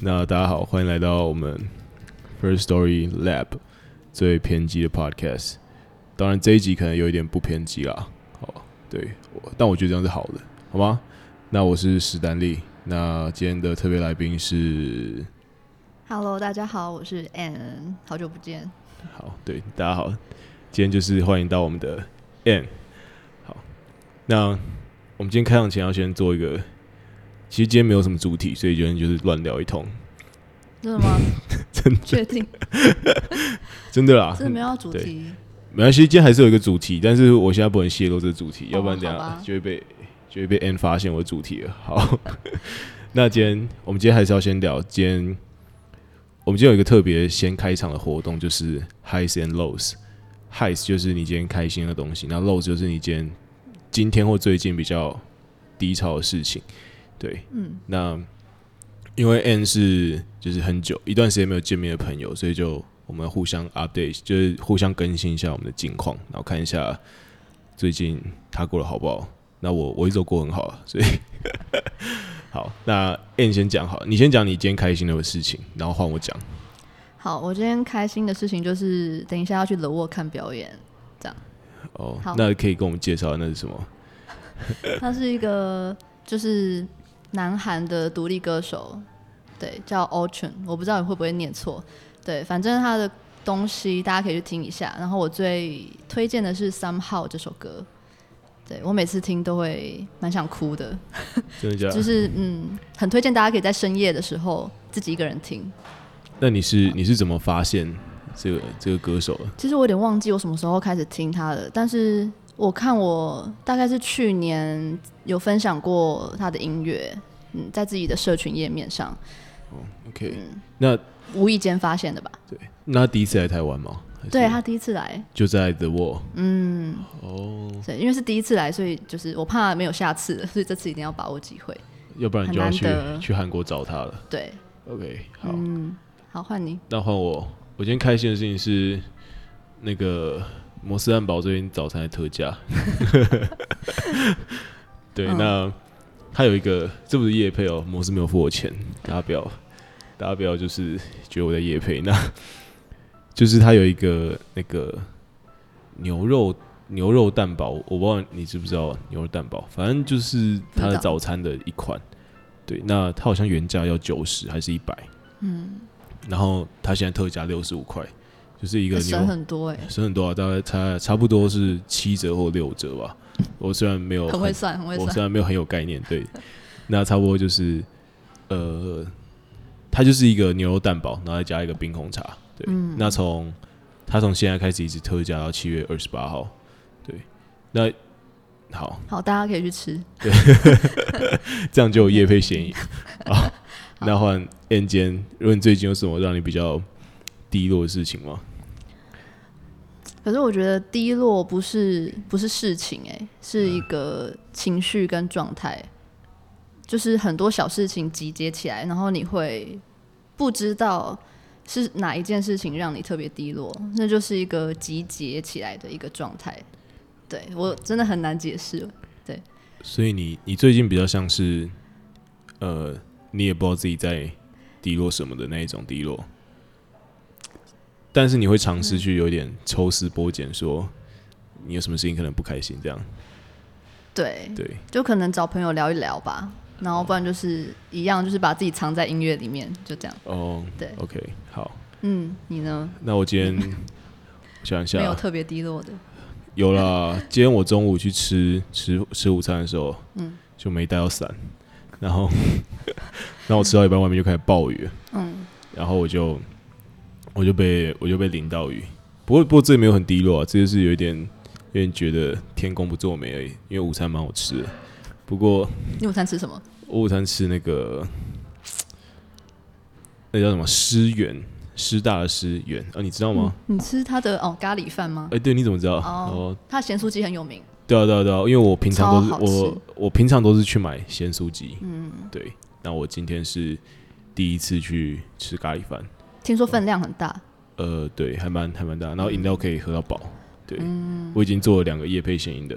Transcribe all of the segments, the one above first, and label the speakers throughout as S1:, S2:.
S1: 那大家好，欢迎来到我们 First Story Lab 最偏激的 podcast。当然这一集可能有一点不偏激啦，好，对，我但我觉得这样是好的，好吗？那我是史丹利，那今天的特别来宾是
S2: Hello，大家好，我是 Ann，好久不见。
S1: 好，对，大家好，今天就是欢迎到我们的 N。好，那我们今天开场前要先做一个，其实今天没有什么主体，所以今天就是乱聊一通，
S2: 真的吗？
S1: 真的
S2: 确 定？
S1: 真的啦，
S2: 真的没有要主
S1: 对
S2: 题？
S1: 没关系，今天还是有一个主题，但是我现在不能泄露这个主题，
S2: 哦
S1: 要不然等
S2: 好
S1: 下
S2: 吧
S1: 就会被就会被 N 发现我的主题了。好， 那今天我们今天还是要先聊，今天我们今天有一个特别先开场的活动，就是 highs and lows。highs 就是你今天开心的东西，那 lows 就是你今天今天或最近比较低潮的事情。对，
S2: 嗯，
S1: 那因为 N 是就是很久一段时间没有见面的朋友，所以就我们互相 update，就是互相更新一下我们的近况，然后看一下最近他过得好不好。那我我一直都过得很好啊，所以 好，那 N 先讲好了，你先讲你今天开心的事情，然后换我讲。
S2: 好，我今天开心的事情就是等一下要去冷沃看表演，
S1: 哦
S2: 好，
S1: 那可以跟我们介绍那是什么？
S2: 他是一个就是南韩的独立歌手，对，叫 Ochun，我不知道你会不会念错，对，反正他的东西大家可以去听一下。然后我最推荐的是《Somehow》这首歌，对我每次听都会蛮想哭的。
S1: 真的假的？
S2: 就是嗯，很推荐大家可以在深夜的时候自己一个人听。
S1: 那你是你是怎么发现这个这个歌手的？
S2: 其实我有点忘记我什么时候开始听他的，但是我看我大概是去年有分享过他的音乐，嗯，在自己的社群页面上
S1: OK，、那
S2: 无意间发现的吧。
S1: 那他第一次来台湾吗？还是
S2: 对他第一次来，
S1: 就在 The Wall。
S2: 嗯，
S1: 哦，
S2: 对，因为是第一次来，所以就是我怕没有下次了，所以这次一定要把握机会。
S1: 要不然你
S2: 很
S1: 就要
S2: 难
S1: 去
S2: 得
S1: 去韩国找他了。
S2: 对，
S1: OK，好，
S2: 嗯，好，换你。
S1: 那换我。我今天开心的事情是，那个摩斯汉堡最近早餐还特 价。对，
S2: 嗯
S1: 那他有一个，这不是夜配哦，摩斯没有付我钱，大家不要，大家不要就是觉得我在夜配。那 就是他有一个那个牛肉牛肉蛋堡，我不知道你知不知道牛肉蛋堡，反正就是他
S2: 知
S1: 的
S2: 道
S1: 早餐的一款。对，那它好像原价要九十还是一百？嗯，然后它现在特价六十五块，就是一个牛
S2: 省很多哎、
S1: 省很多啊，大概差差不多是七折或六折吧。我虽然没有
S2: 很会算，很会
S1: 我
S2: 算。
S1: 虽然没有很有概念，对，那差不多就是呃，它就是一个牛肉蛋堡，然后再加一个冰红茶，对，
S2: 嗯
S1: 那从它从现在开始一直特价到七月二十八号，对，那好，
S2: 好，大家可以去吃。
S1: 这样就有业配嫌疑 啊。那换 N 间，如果你最近有什么让你比较低落的事情吗？
S2: 可是我觉得低落不是不是事情、欸，是一个情绪跟状态，就是很多小事情集结起来，然后你会不知道是哪一件事情让你特别低落，那就是一个集结起来的一个状态。对我真的很难解释，
S1: 所以你你最近比较像是，呃，你也不知道自己在低落什么的那一种低落，但是你会尝试去有点抽丝剥茧，说你有什么事情可能不开心，这样
S2: 对，
S1: 对。
S2: 就可能找朋友聊一聊吧，然后不然就是一样，就是把自己藏在音乐里面，就这样。
S1: 哦、
S2: 对
S1: o k 好，
S2: 嗯，你呢？
S1: 那我今天我想一下
S2: 没
S1: 啊，
S2: 有特别低落的，
S1: 有啦，今天我中午去吃吃吃午餐的时候，
S2: 嗯
S1: 就没带到伞，然后 然后我吃到一半，外面就开始暴雨，
S2: 嗯，
S1: 然后我就我就被我就被淋到雨，不过不过这也没有很低落啊，这就是有一点有点觉得天公不作美而已，因为午餐蛮好吃的，不过
S2: 你午餐吃什么？
S1: 我午餐吃那个那叫什么师园师大的师园啊，你知道吗？
S2: 你吃他的哦咖喱饭吗
S1: 哎、？对，你怎么知道？
S2: 哦，他的咸酥鸡很有名，
S1: 对啊，对啊，对啊，因为我平常都
S2: 超好
S1: 是
S2: 吃
S1: 我我平常都是去买咸酥鸡，嗯，对。那我今天是第一次去吃咖喱饭，
S2: 听说分量很大。
S1: 呃，对，还蛮还蛮
S2: 嗯
S1: 大，然后饮料可以喝到饱，对。我已经做了两个夜 配显影的，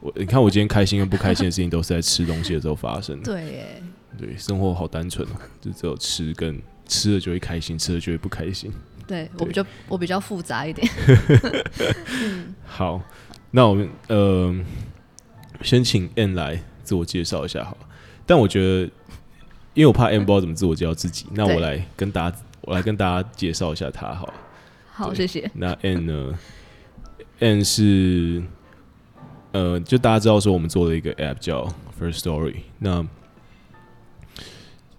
S1: 我你看我今天开心跟不开心的事情都是在吃东西的时候发生的，
S2: 对耶，
S1: 对，生活好单纯哦，就只有吃跟吃了就会开心，吃了就会不开心。
S2: 对我比较我比较复杂 一点。
S1: 好，那我们呃，先请 N 来自我介绍一下好了。但我觉得，因为我怕 N 不知道怎么自我介绍自己，那我
S2: 对
S1: 来跟大家，我来跟大家介绍一下他好了。
S2: 好，
S1: 对
S2: 谢谢。
S1: 那 N 呢？N 是呃，就大家知道说我们做了一个 app 叫 First Story 那。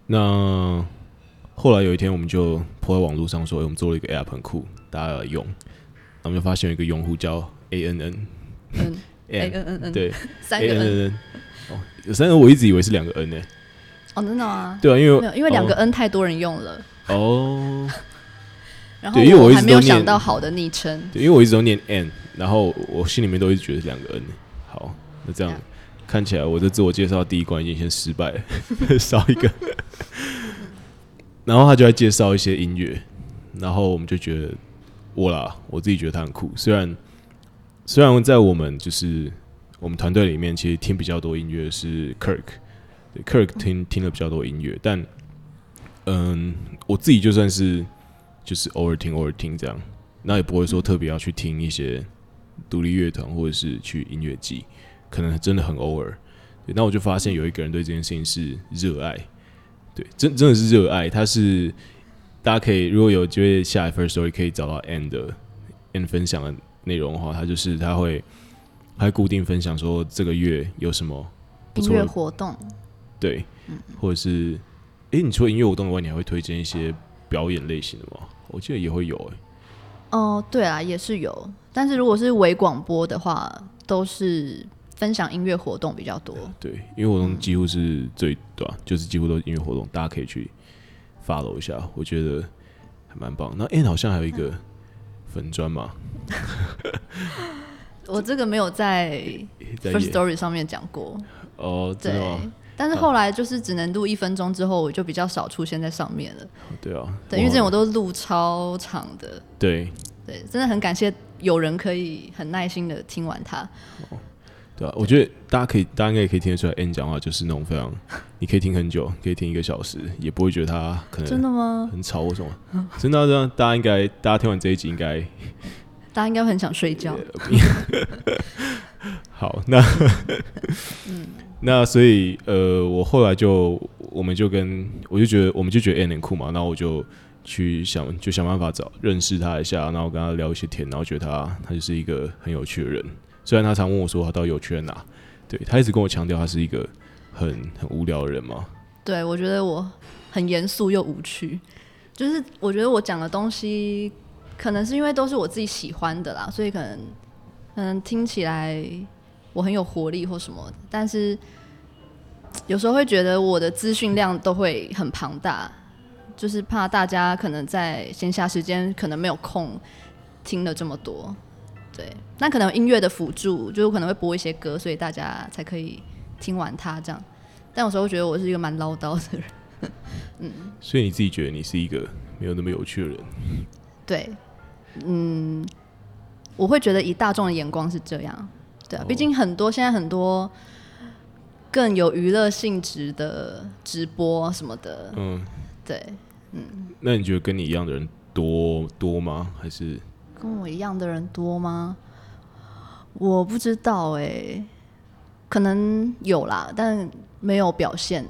S1: 那后来有一天，我们就 po 在网络上说，哎诶我们做了一个 app 很酷，大家来用。然后我们就发现有一个用户叫 A N N
S2: 嗯，A
S1: N，
S2: N N N，
S1: 对
S2: 三
S1: A
S2: 个嗯
S1: N
S2: N，
S1: N N。哦，有三个我一直以为是两个 N 呢、
S2: 哦，真的吗？
S1: 对啊，因
S2: 没
S1: 为
S2: 有，因为两个 N 太多人用了，
S1: 哦，
S2: 然后
S1: 对因为我一直
S2: 还没有
S1: 都念
S2: 想到好的昵称。
S1: 对，因为我一直都念 N，然后我心里面都一直觉得是两个 N。好，那这样
S2: 这样
S1: 看起来我的自我介绍第一关已经先失败了， 少一个。然后他就在介绍一些音乐，然后我们就觉得我啦，我自己觉得他很酷。虽然虽然在我们就是我们团队里面，其实听比较多音乐是 Kirk，对 Kirk 听听了比较多音乐，但嗯，我自己就算是就是偶尔听偶尔听这样，那也不会说特别要去听一些独立乐团或者是去音乐季，可能真的很偶尔。对，那我就发现有一个人对这件事情是热爱，对，真真的是热爱。他是大家可以如果有机会下来 first story 可以找到 N 的 N 分享的内容的话，他就是他会他会固定分享说这个月有什么不
S2: 音
S1: 错
S2: 乐
S1: 的
S2: 活动，
S1: 对，或者是，诶，你除了音乐活动以外，你还会推荐一些表演类型的吗？我记得也会有、诶，
S2: 哦，对啊，也是有，但是如果是微广播的话，都是分享音乐活动比较多。
S1: 对，音乐活
S2: 嗯
S1: 动几乎是最对啊，就是几乎都是音乐活动，大家可以去 follow 一下，我觉得还蛮棒。那 N 好像还有一
S2: 嗯
S1: 个粉砖嘛，
S2: 我这个没有在
S1: 在
S2: First
S1: 演
S2: Story 上面讲过，
S1: 哦，真
S2: 对
S1: 的吗？，
S2: 但是后来就是只能录一分钟之后，我就比较少出现在上面了。
S1: 对啊，
S2: 对，因为
S1: 哇
S2: 之前我都录超长的，
S1: 对
S2: 对，真的很感谢有人可以很耐心的听完它。
S1: 对啊，我觉得大家可以，大家应该也可以听得出来，N 讲话就是那种非常，你可以听很久，可以听一个小时，也不会觉得他可能
S2: 真的吗？
S1: 很吵或什么。真的啊、真的啊，大家应该，大家听完这一集应该
S2: 大家应该会很想睡觉。
S1: 好，那 那所以呃，我后来就我们就跟我就觉得我们就觉得 N 很酷嘛，然后我就去想就想办法找认识他一下，然后跟他聊一些天，然后觉得他他就是一个很有趣的人。虽然他常问我说他到底有趣在哪，对他一直跟我强调他是一个很很无聊的人嘛，
S2: 对，我觉得我很严肃又无趣，就是我觉得我讲的东西，可能是因为都是我自己喜欢的啦，所以可能嗯听起来我很有活力或什么，但是有时候会觉得我的资讯量都会很庞大，就是怕大家可能在闲暇时间可能没有空听了这么多。对，那可能有音乐的辅助，就是可能会播一些歌，所以大家才可以听完它这样。但有时候觉得我是一个蛮唠叨的人，
S1: 所以你自己觉得你是一个没有那么有趣的人，
S2: 对，嗯，我会觉得以大众的眼光是这样，对啊，
S1: 哦
S2: 毕竟很多现在很多更有娱乐性质的直播什么的，
S1: 嗯，
S2: 对，
S1: 那你觉得跟你一样的人多多吗？还是
S2: 跟我一样的人多吗？我不知道哎、可能有啦，但没有表现，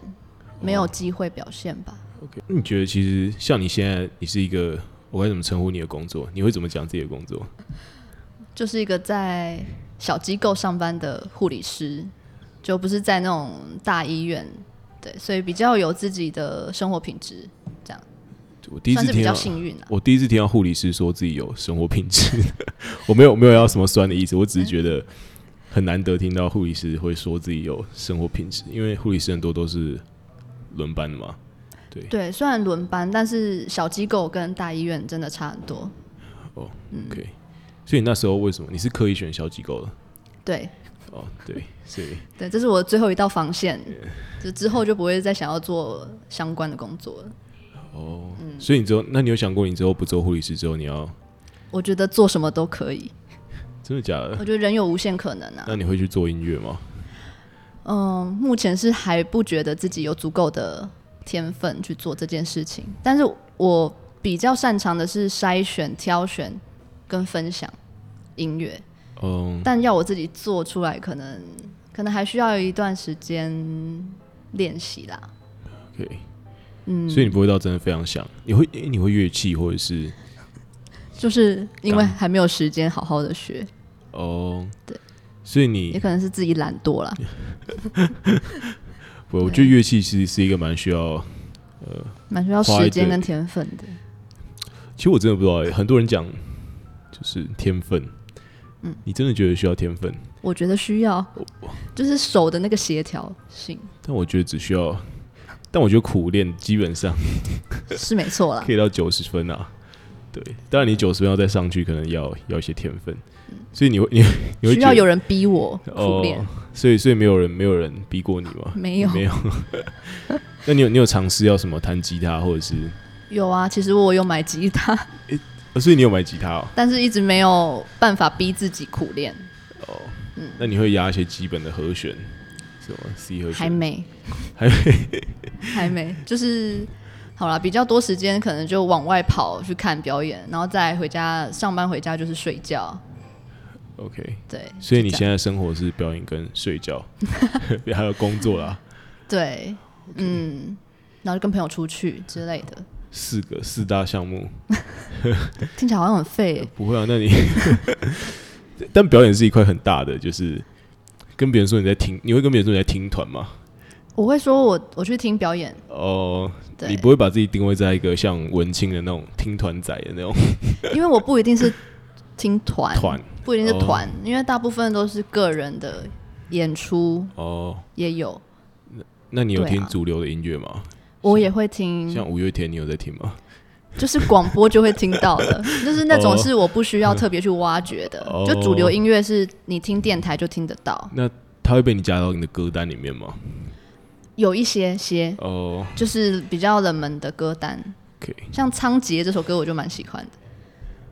S2: 没有机会表现吧。
S1: 你觉得其实像你现在，你是一个，我该怎么称呼你的工作？你会怎么讲自己的工作？
S2: 就是一个在小机构上班的护理师，就不是在那种大医院，对，所以比较有自己的生活品质，
S1: 我第一
S2: 算
S1: 次
S2: 是比
S1: 听啊
S2: 较
S1: 到，
S2: 幸运啊了、
S1: 我第一次听到护理师说自己有生活品质，我没有没有要什么酸的意思，我只是觉得很难得听到护理师会说自己有生活品质，因为护理师很多都是轮班的嘛。
S2: 对，虽然轮班，但是小机构跟大医院真的差很多。
S1: OK，所以你那时候为什么你是刻意选小机构的？
S2: 对
S1: 哦，对，所以
S2: 对，这是我最后一道防线，就之后就不会再想要做相关的工作了。
S1: 哦，所以你之后，那你有想过你之后不做护理师之后你要
S2: 我觉得做什 么都可以，
S1: 真的假的？
S2: 我觉得人有无限可能啊。
S1: 那你会去做音乐吗？
S2: 嗯，目前是还不觉得自己有足够的天分去做这件事情，但是我比较擅长的是筛选、挑选跟分享音乐，
S1: 嗯，
S2: 但要我自己做出来，可能可能还需要一段时间练习啦。
S1: 可以。嗯，所以你不会到真的非常想，你会你会乐器或者是
S2: 就是因为
S1: 刚
S2: 还没有时间好好的学，
S1: 哦，
S2: 对，
S1: 所以
S2: 也
S1: 你
S2: 可能是自己懒惰啦。
S1: 我我觉得乐器其实是一个蛮需要，
S2: 蛮需要时间跟天分的。
S1: 其实我真的不知道、欸，很多人讲就是天分，嗯，你真的觉得需要天分？
S2: 我觉得需要，就是手的那个协调性
S1: 但我觉得只需要，但我觉得苦练基本 上
S2: 是没错啦
S1: 可。以到九十分啊。对，当然你九十分要再上去，可能要要一些天分，所以你会你你会
S2: 嗯需
S1: 觉
S2: 要
S1: 得
S2: 有人逼我苦练，啊
S1: 哦，所以所以没有人没有人逼过你吗？
S2: 没有
S1: 没有。 那你有你有尝试要什么弹吉他，或者是、
S2: 有啊。其实我有买吉他，
S1: 呃所以你有买吉他哦？
S2: 但是一直没有办法逼自己苦练，
S1: 哦，
S2: 嗯
S1: 那你会压一些基本的和弦，什么 C 和
S2: 还
S1: 弦？
S2: 没，
S1: 还没
S2: 还没，就是。好啦，比较多时间可能就往外跑去看表演，然后再回家上班回家就是睡觉，
S1: OK。
S2: 对。
S1: 所以你
S2: 就这
S1: 现在生活是表演跟睡 觉，还有工作啦，
S2: 样对，嗯，然后就跟朋友出去之类的，
S1: 四个四大项目。
S2: 听起来好像很废、欸。
S1: 不会啊，那你 但表演是一块很大的，就是跟别人说你在听，你会跟别人说你在听团吗？
S2: 我会说我我去听表演，
S1: 哦、
S2: 对，
S1: 你不会把自己定位在一个像文青的那种听团仔的那种
S2: 因为我不一定是听团，
S1: 团哦
S2: 不一定是团，因为大部分都是个人的演出
S1: 哦。
S2: 也有，
S1: 那你有
S2: 嗯对啊嗯
S1: 听主流的音乐吗？
S2: 我也会听，
S1: 像五月天，你有在听吗？
S2: 就是广播就会听 到的，就是那种
S1: 哦
S2: 是我不需要特别去挖掘的，
S1: 哦
S2: 就主流音乐是你听电台就听得到，
S1: 那他会被你加到你的歌单里面吗？
S2: 有一些些
S1: 哦、
S2: 就是比较冷门的歌单，
S1: 可以，
S2: 像《仓颉》这首歌我就蛮喜欢 的，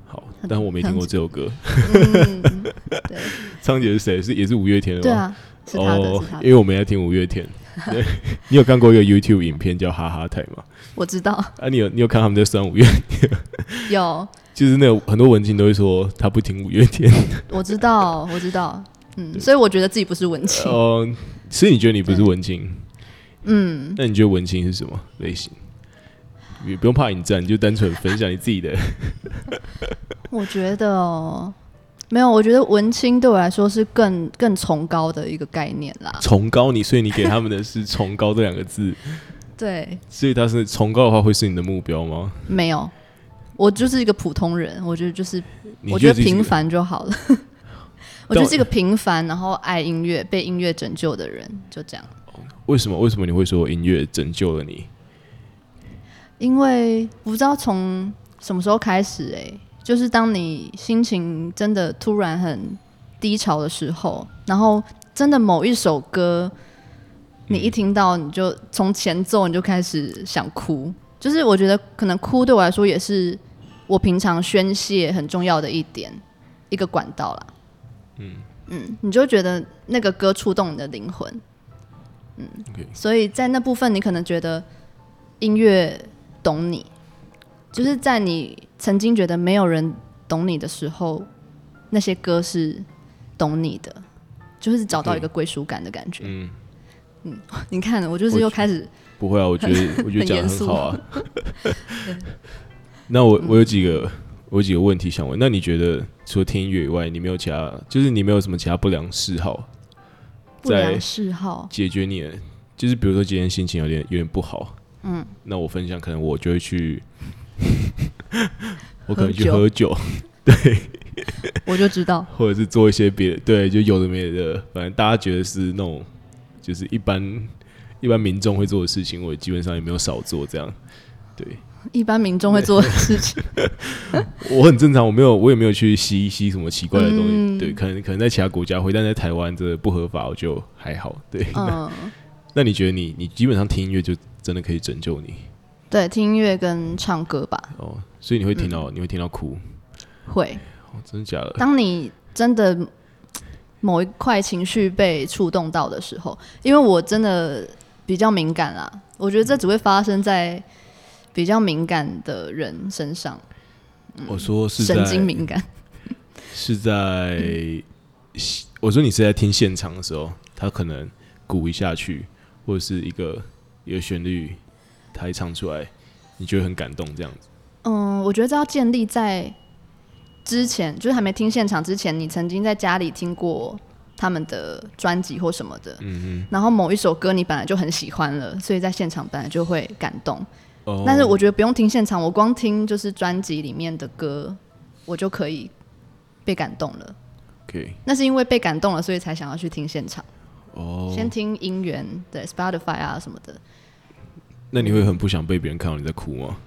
S1: 好，但我没听过这首歌。
S2: 嗯对
S1: 张杰是谁？是也是五月天的吗？
S2: 对啊，是他的，
S1: 哦
S2: 是他
S1: 因
S2: 的，
S1: 为我们在听五月 天。对你有看过一个 YouTube 影片叫《哈哈台》吗？
S2: 我知道
S1: 啊，你有你有看他们在酸五月？
S2: 有，
S1: 就是那个很多文青都会说他不听五月天。
S2: 我知道，我知道。嗯，所以我觉得自己不是文青，
S1: 哦、所以你觉得你不是文青？嗯，那你觉得文青是什么类型？你不用怕引战，你就单纯分享你自己 的。。
S2: 我觉得哦，没有，我觉得文青对我来说是更更崇高的一个概念啦
S1: 崇高你，所以你给他们的是“崇高”这两个字，
S2: 对，
S1: 所以他是崇高的话会是你的目标吗？
S2: 没有，我就是一个普通人，我觉得就是
S1: 你
S2: 我觉得
S1: 自己是
S2: 平凡就好了。我就是一个平凡，然后爱音乐、被音乐拯救的人，就这样。
S1: 为什么？为什么你会说音乐拯救了你？
S2: 因为不知道从什么时候开始、哎，就是当你心情真的突然很低潮的时候，然后真的某一首歌，你一听到你就从前奏你就开始想哭，就是我觉得可能哭对我来说也是我平常宣泄很重要的一点一个管道啦。嗯嗯，你就觉得那个歌触动你的灵魂，嗯
S1: OK
S2: 所以在那部分你可能觉得音乐懂你，就是在你曾经觉得没有人懂你的时候，那些歌是懂你的，就是找到一个归属感的感觉。
S1: 嗯，
S2: 你看，我就是又开始
S1: 不会啊，我觉 得我觉得讲
S2: 很
S1: 的
S2: 严
S1: 很
S2: 肃
S1: 好啊。 那我我有几个我有几个问题想问，那你觉得除了听音乐以外，你没有其他，就是你没有什么其他不良嗜好
S2: 不
S1: 在
S2: 良嗜好，
S1: 解决你的？就是比如说今天心情有点有点不好，嗯，那我分享可能我就会 去，我可能去喝
S2: 喝
S1: 酒，
S2: 我就知道。
S1: 或者是做一些别的，对，就有的没的，反正大家觉得是那种就是一般一般民众会做的事情，我基本上也没有少做这样，对。
S2: 一般民众会做的 事情，
S1: 我很正常，我没有，我也没有去吸吸什么奇怪的东西。
S2: 嗯
S1: 对，可能可能在其他国家会，但在台湾这不合法，我就还好。对，
S2: 嗯，
S1: 那你觉得你你基本上听音乐就真的可以拯救你
S2: 对，听音乐跟唱歌吧，
S1: 哦，所以你会听到、你会听到哭，
S2: 会。
S1: 哦、真的假的？
S2: 当你真的某一块情绪被触动到的时候，因为我真的比较敏感啦，我觉得这只会发生在比较敏感的人身上，
S1: 我说是在
S2: 嗯神经敏感。
S1: 是在、嗯我说你是在听现场的时候，他可能鼓一下去，或者是一个一个旋律，他一唱出来，你就会很感动这样子。
S2: 嗯，我觉得这要建立在之前，就是还没听现场之前，你曾经在家里听过他们的专辑或什么的，
S1: 嗯
S2: 然后某一首歌你本来就很喜欢了，所以在现场本来就会感动。
S1: 哼，哦，
S2: 但是我觉得不用听现场，我光听就是专辑里面的歌，我就可以被感动了。
S1: OK，
S2: 那是因为被感动了，所以才想要去听现场。
S1: 哦，
S2: 先听音源，对 Spotify 啊什么的。
S1: 那你会很不想被别人看到你在哭吗？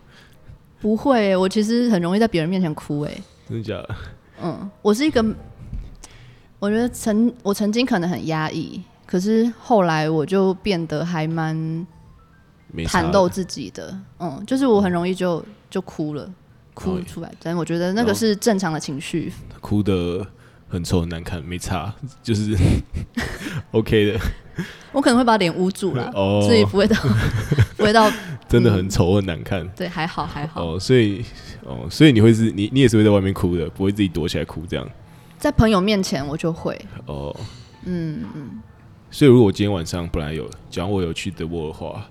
S2: 不会、我其实很容易在别人面前哭、欸。
S1: 真的假的？
S2: 嗯，我是一个，我觉得曾我曾经可能很压抑，可是后来我就变得还蛮
S1: 没差
S2: 袒露自己的，嗯，就是我很容易就就哭了，哭
S1: 哦
S2: 出来。但我觉得那个是正常的情绪，
S1: 哭的很丑很难看，没差， 就是 OK 的，
S2: 我可能会把脸捂住了，
S1: 哦
S2: 所以 不会到不会到，
S1: 真的很丑很难看。
S2: 对，还好还嗯好。
S1: 哦，所以哦，所以你会是你你也是会在外面哭的，不会自己躲起来哭这样。
S2: 在朋友面前我就会，
S1: 哦，嗯嗯。所以如果我今天晚上本来有，假如我有去德国的话，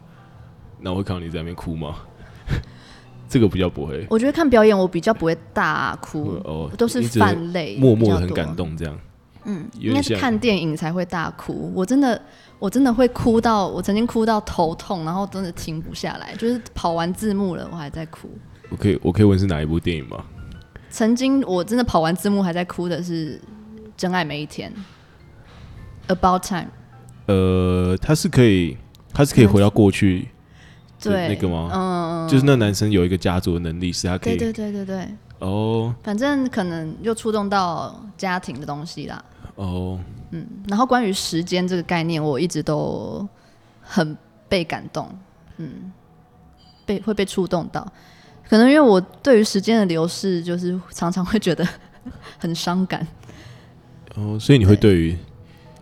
S1: 那我会看到你在那边哭吗？ 这个比较不会。
S2: 我觉得看表演我比较不会大哭，
S1: 哦
S2: 嗯都是
S1: 你只
S2: 泛泪，
S1: 默默的很
S2: 比较多
S1: 感动这样。嗯，有
S2: 应该
S1: 点
S2: 是
S1: 像
S2: 看电影才会大哭。我真的，我真的会哭到，我曾经哭到头痛，然后真的停不下来，就是跑完字幕了，我还在哭。
S1: 我可以我可以问是哪一部电影吗？
S2: 曾经我真的跑完字幕还在哭的是《真爱每一天》，About Time，
S1: 呃，他是可以他是可以回到过去的
S2: 对，
S1: 那个吗？
S2: 嗯，
S1: 就是那男生有一个家族的能力，是他可
S2: 对
S1: 以
S2: 对对对对，
S1: 哦
S2: 反正可能又触动到家庭的东西啦。
S1: 哦，
S2: 然后关于时间这个概念，我一直都很被感动，嗯，被会被触动到。可能因为我对于时间的流逝，就是常常会觉得很伤感，
S1: 哦，所以你会对于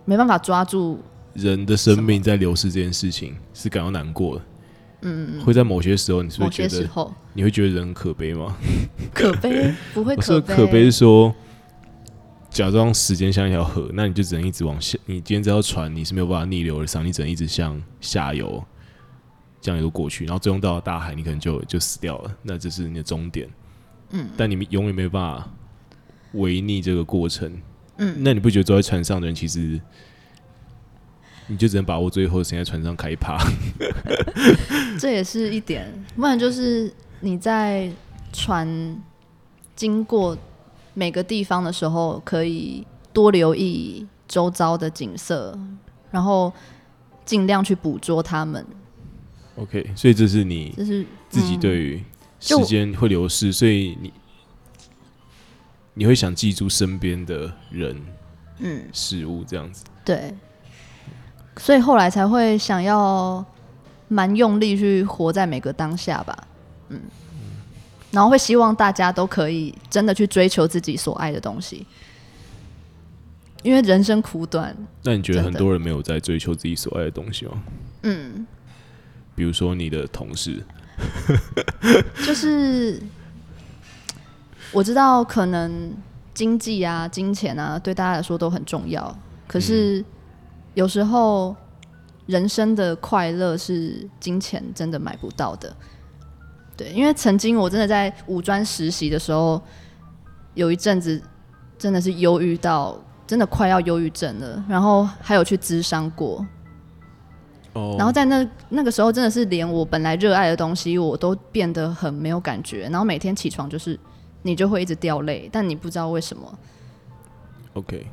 S2: 没办法抓住。
S1: 人的生命在流逝这件事情是感到难过的。嗯，会在某些时候，你是不
S2: 某
S1: 是觉
S2: 些时
S1: 得
S2: 候
S1: 你会觉得人很可悲吗？
S2: 可悲不会
S1: 我说
S2: 可悲，
S1: 可悲是说，假装时间像一条河，那你就只能一直往下。你今天这条船你是没有办法逆流而上，你只能一直向下游，这样一路过去，然后最终到了大海，你可能就就死掉了，那这是你的终点。嗯，但你永远没有办法违逆这个过程。嗯，那你不觉得坐在船上的人其实？你就只能把握最后时间在船上开趴，
S2: 这也是一点。不然就是你在船经过每个地方的时候，可以多留意周遭的景色，然后尽量去捕捉它们。
S1: OK，所以这是你
S2: 就是嗯
S1: 自己对于时
S2: 就
S1: 间会流逝，所以你你会想记住身边的人、嗯事物这样子。
S2: 对，所以后来才会想要蛮用力去活在每个当下吧，嗯，然后会希望大家都可以真的去追求自己所爱的东西，因为人生苦短，
S1: 那你觉得
S2: 真
S1: 很
S2: 的
S1: 多人没有在追求自己所爱的东西吗？
S2: 嗯，
S1: 比如说你的同事，
S2: 就是我知道可能经济啊、金钱啊对大家来说都很重要，可是有时候人生的快乐是金钱真的买不到的。对，因为曾经我真的在五专实习的时候，有一阵子真的是忧郁到真的快要忧郁症了，然后还有去咨商过，
S1: 哦
S2: 然后在那那个时候，真的是连我本来热爱的东西，我都变得很没有感觉。然后每天起床就是你就会一直掉泪，但你不知道为什么。
S1: OK，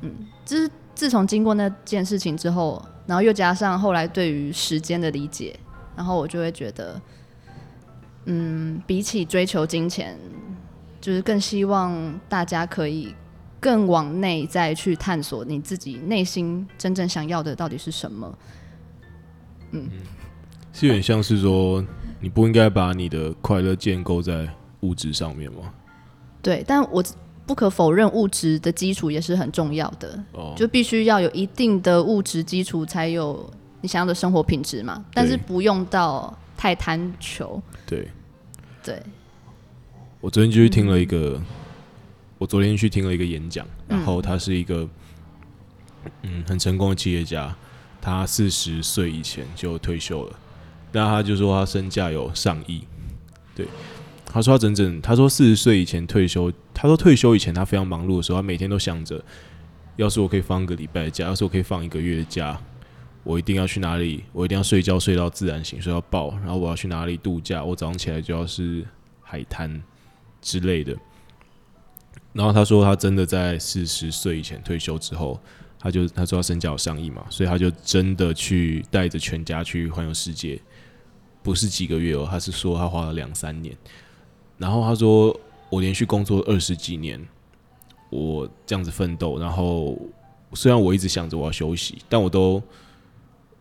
S2: 就是自从经过那件事情之后，然后又加上后来对于时间的理解，然后我就会觉得，嗯，比起追求金钱，就是更希望大家可以更往内再去探索你自己内心真正想要的到底是什么。
S1: 是有点像是说你不应该把你的快乐建构在物质上面吗？
S2: 对，但我不可否认，物质的基础也是很重要的，
S1: 哦，
S2: 就必须要有一定的物质基础，才有你想要的生活品质嘛。但是不用到太贪求，
S1: 对
S2: 对，
S1: 我昨天就去听了一个，我昨天去听了一个演讲，然后他是一个嗯很成功的企业家，他四十岁以前就退休了，那他就说他身价有上亿，对，他说他整整他说四十岁以前退休，他说退休以前他非常忙碌的时候，他每天都想着，要是我可以放一个礼拜的假，要是我可以放一个月的假。我一定要去哪里？我一定要睡觉睡到自然醒，睡到爆。然后我要去哪里度假？我早上起来就要是海滩，之类的。然后他说，他真的在四十岁以前退休之后，他就他说他身价有上亿嘛，所以他就真的去带着全家去环游世界，不是几个月哦，他是说他花了两三年。然后他说，我连续工作二十几年，我这样子奋斗，然后虽然我一直想着我要休息，但我都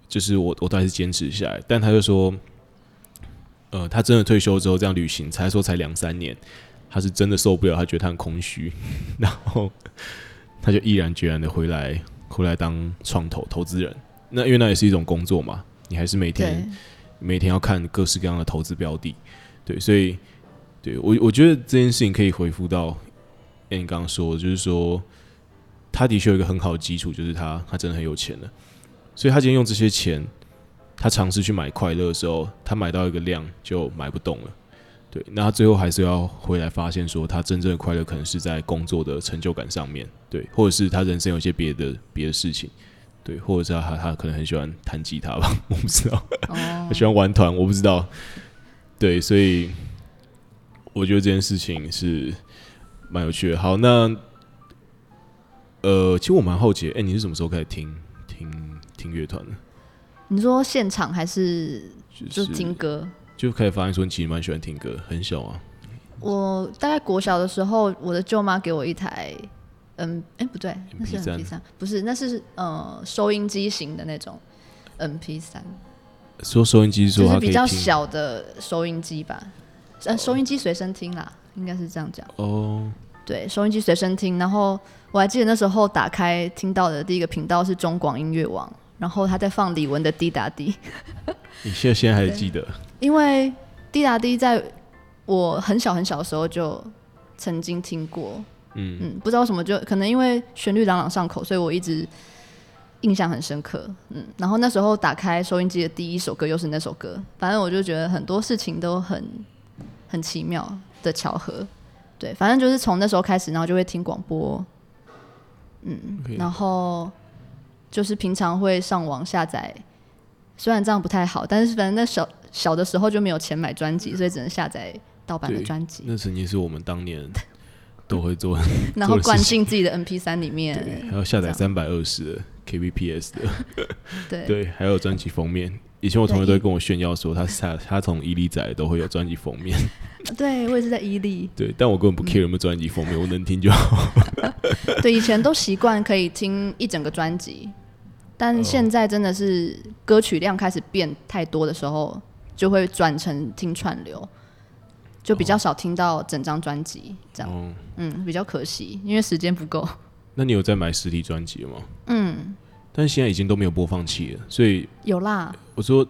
S1: 就是我我都还是坚持下来。但他就说，呃，他真的退休之后这样旅行，才说才两三年，他是真的受不了，他觉得他很空虚， 然后他就毅然决然的回来，回来当创投投资人。那因为那也是一种工作嘛，你还是每天
S2: 对，
S1: 每天要看各式各样的投资标的，对，所以对我我觉得这件事情可以回复到像你刚刚说的，就是说他的确有一个很好的基础，就是他他真的很有钱了，所以他今天用这些钱，他尝试去买快乐的时候，他买到一个量就买不动了。对，那他最后还是要回来发现说，他真正的快乐可能是在工作的成就感上面，对，或者是他人生有一些别的别的事情，对，或者是他他可能很喜欢弹吉他吧， 我不知道。
S2: 哦
S1: 他，喜欢玩团，我不知道。对，所以我觉得这件事情是蛮有趣的。好，那呃，其实我蛮好奇的，哎、你是什么时候开始听听听乐团的？
S2: 你说现场还是
S1: 就
S2: 就是听歌？
S1: 就开始发现说，你其实蛮喜欢听歌，很小啊。
S2: 我大概国小的时候，我的舅妈给我一台，嗯，哎、不对，那是
S1: MP3
S2: MP 三，不是，那是呃收音机型的那种 MP 三，
S1: 说收音机说
S2: 就
S1: 它
S2: 是
S1: 可以
S2: 比较
S1: 听
S2: 小的收音机吧，呃，收音机随身听啦，应该是这样讲。
S1: 哦，
S2: 对，收音机随身听。然后我还记得那时候打开听到的第一个频道是中广音乐网，然后他在放李玟的《滴答滴》，
S1: 你现在现在还记得？
S2: 因为《滴答滴》在我很小很小的时候就曾经听过，
S1: 嗯
S2: 嗯，不知道为什么就可能因为旋律朗朗上口，所以我一直印象很深刻。嗯，然后那时候打开收音机的第一首歌又是那首歌，反正我就觉得很多事情都很很奇妙的巧合。对，反正就是从那时候开始，然后就会听广播，嗯
S1: 可以
S2: 然后就是平常会上网下载，虽然这样不太好，但是反正那小小的时候就没有钱买专辑，所以只能下载盗版的
S1: 嗯对
S2: 专辑，
S1: 那曾经是我们当 年都会做，
S2: 然后
S1: 做的事
S2: 灌进自己的 MP 三里面。
S1: 对，还要下载
S2: 这
S1: 三百二十的 kbps 的。
S2: 对，
S1: 对，还有专辑封面。以前我同学都会跟我炫耀说，他他他从伊利仔都会有专辑封面，
S2: 对我也是在 E 伊利。
S1: 对，但我根本不 care 有没有专辑封嗯面，我能听就好。
S2: 对，以前都习惯可以听一整个专辑，但现在真的是歌曲量开始变太多的时候，就会转成听串流，就比较少听到整张专辑这样。
S1: 哦，
S2: 嗯，比较可惜，因为时间不 够。
S1: 那你有在买实体专辑了吗？嗯，但现在已经都没有播放器了，所以
S2: 有啦，
S1: 我说，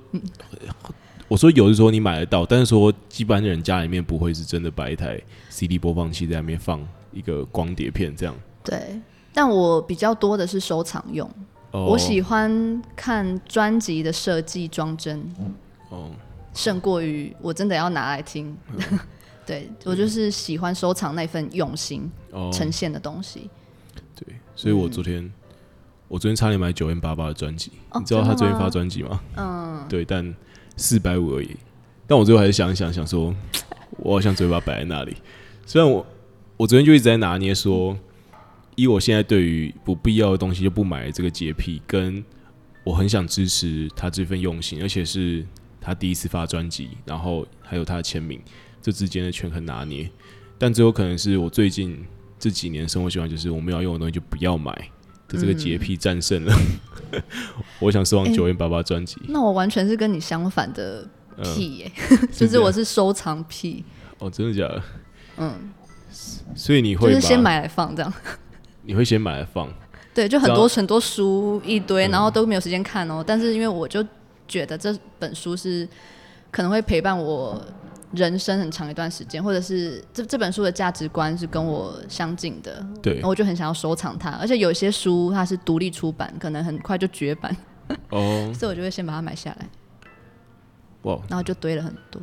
S1: 我说有是说你买得到，但是说一般人家里面不会是真的摆一台 CD 播放器在那边放一个光碟片这样。
S2: 对，但我比较多的是收藏用。
S1: 哦，
S2: 我喜欢看专辑的设计装帧，
S1: 哦，
S2: 胜过于我真的要拿来听。
S1: 嗯
S2: 对我就是喜欢收藏那份用心
S1: 哦，
S2: 呈现的东西。
S1: 对，所以我昨天、我昨天差点买九 N 八八的专辑，
S2: 哦
S1: 你知道他
S2: 真
S1: 最
S2: 的吗
S1: 近发专辑吗？嗯，对，但四百五而已。但我最后还是想一想，想说，我好像嘴巴摆在那里。虽然我我昨天就一直在拿捏说，以我现在对于不必要的东西就不买的这个洁癖，跟我很想支持他这份用心，而且是他第一次发专辑，然后还有他的签名，这之间的权衡拿捏。但最有可能是我最近这几年生活习惯，就是我们要用的东西就不要买的这个洁癖战胜了。 我想收藏
S2: 欸
S1: 九零八八专辑，
S2: 那我完全是跟你相反的
S1: 嗯，
S2: 癖耶、
S1: 这
S2: 就是
S1: 样
S2: 我是收藏癖。
S1: 哦，真的假的？
S2: 嗯，
S1: 所以你
S2: 就
S1: 会
S2: 是先
S1: 把，
S2: 买来放这样。
S1: 你会先买来放，
S2: 对，就很
S1: 这样
S2: 多很多书一
S1: 嗯
S2: 堆，然后都没有时间看哦。但是因为我就觉得这本书是可能会陪伴我人生很长一段时间，或者是这这本书的价值观是跟我相近的，
S1: 对
S2: 然后我就很想要收藏它。而且有些书它是独立出版，可能很快就绝版，
S1: 哦，
S2: 所以我就会先把它买下来，
S1: 哇，
S2: 然后就堆了很多。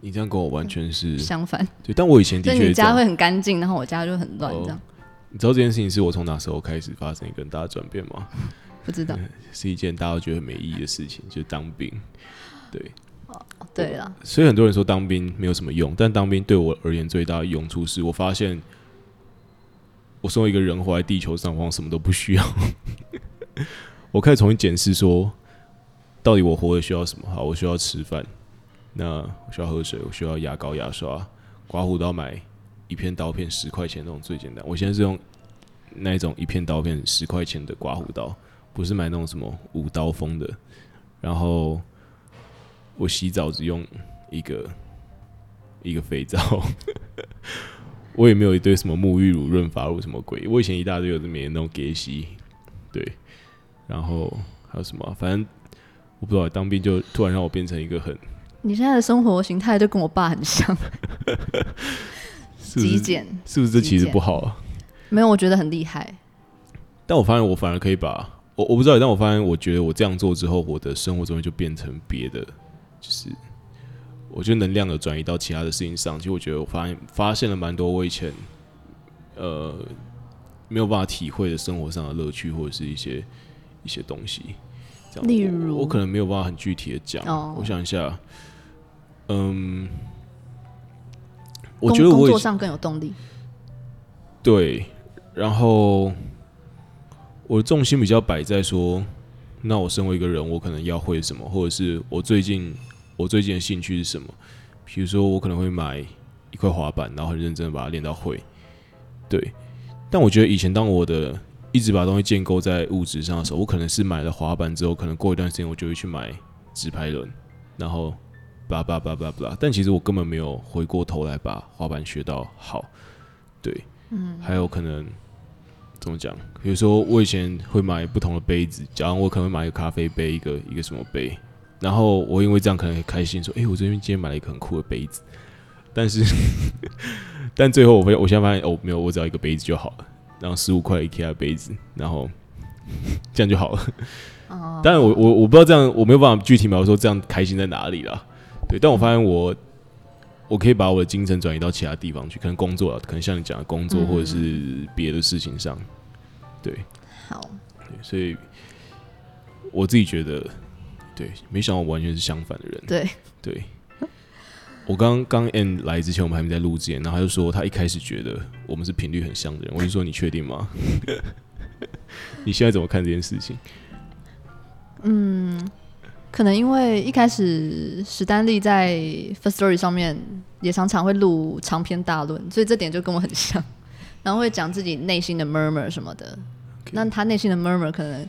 S1: 你这样跟我完全是
S2: 相反，
S1: 对，但我以前
S2: 就
S1: 的
S2: 是
S1: 确
S2: 你
S1: 是这
S2: 家
S1: 样
S2: 会很干净，然后我家就很乱，
S1: 哦
S2: 这样、
S1: 你知道这件事情是我从哪时候开始发生一个很大的转变吗？
S2: 不知道。
S1: 是一件大家都觉得很没意义的事情，就是当兵。对，
S2: 对啦，
S1: 所以很多人说当兵没有什么用，但当兵对我而言最大的用处是我发现，我身为一个人活在地球上，我好像什么都不需要。 我开始重新检视说，到底我活着需要什么？好，我需要吃饭，那我需要喝水，我需要牙膏、牙刷、刮胡刀，买一片刀片十块钱那种最简单。我现在是用那一种一片刀片十块钱的刮胡刀，不是买那种什么五刀锋的。然后我洗澡只用一个一个肥皂， 我也没有一堆什么沐浴乳、润发乳什么鬼，我以前一大堆有这没的那种给洗，对，然后还有什么啊、反正我不知道，当兵就突然让我变成一个很
S2: 你现在的生活形态就跟我爸很像，
S1: 是不
S2: 极
S1: 是
S2: 简。
S1: 是不是这其实
S2: 极简
S1: 不好啊？
S2: 没有，我觉得很厉害。
S1: 但我发现我反而可以把我我不知道，但我发现我觉得我这样做之后，我的生活中就变成别的，就是我觉得能量有转移到其他的事情上。其实我觉得我发现发现了蛮多我以前呃没有办法体会的生活上的乐趣，或者是一些一些东西。这样
S2: 例
S1: 我
S2: 如
S1: 我可能没有办法很具体的讲。
S2: 哦
S1: 我想一下，嗯，我
S2: 工
S1: 觉得
S2: 工
S1: 我以
S2: 作
S1: 前
S2: 上更有动力。
S1: 对，然后我的重心比较摆在说，那我身为一个人，我可能要会什么，或者是我最近我最近的兴趣是什么？比如说，我可能会买一块滑板，然后很认真的把它练到会。对，但我觉得以前当我的一直把东西建构在物质上的时候，我可能是买了滑板之后，可能过一段时间我就会去买直排轮，然后叭叭叭叭叭，但其实我根本没有回过头来把滑板学到好。对，还有可能怎么讲？比如说，我以前会买不同的杯子，假如我可能会买一个咖啡杯，一个一个什么杯，然后我因为这样可能很开心，说：“诶，我这边今天买了一个很酷的杯子。”但是， 但最后我发现，我现在发现哦，没有，我只要一个杯子就好了，然后十五块 IKEA 杯子，然后 这样就好了。
S2: 哦，
S1: 当然我，我我不知道这样，我没有办法具体描述说这样开心在哪里啦。对，但我发现我我可以把我的精神转移到其他地方去，可能工作啊，可能像你讲的工作，或者
S2: 嗯
S1: 是别的事情上。对，
S2: 好，
S1: 对所以我自己觉得，对，没想到我完全是相反的人。
S2: 对，
S1: 对，我刚刚 N 来之前，我们还没在录之前，然后他就说他一开始觉得我们是频率很像的人，我就说你确定吗？ 你现在怎么看这件事情？
S2: 可能因为一开始史丹利在 First Story 上面也常常会录长篇大论，所以这点就跟我很像，然后会讲自己内心的 murmur 什么的。那他内心的 murmur 可能